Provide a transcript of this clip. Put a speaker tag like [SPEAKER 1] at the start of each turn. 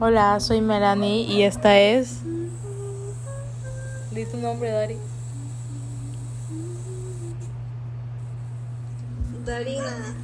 [SPEAKER 1] Hola, soy Melanie y esta es.
[SPEAKER 2] Di tu nombre, Dari.
[SPEAKER 3] Darina.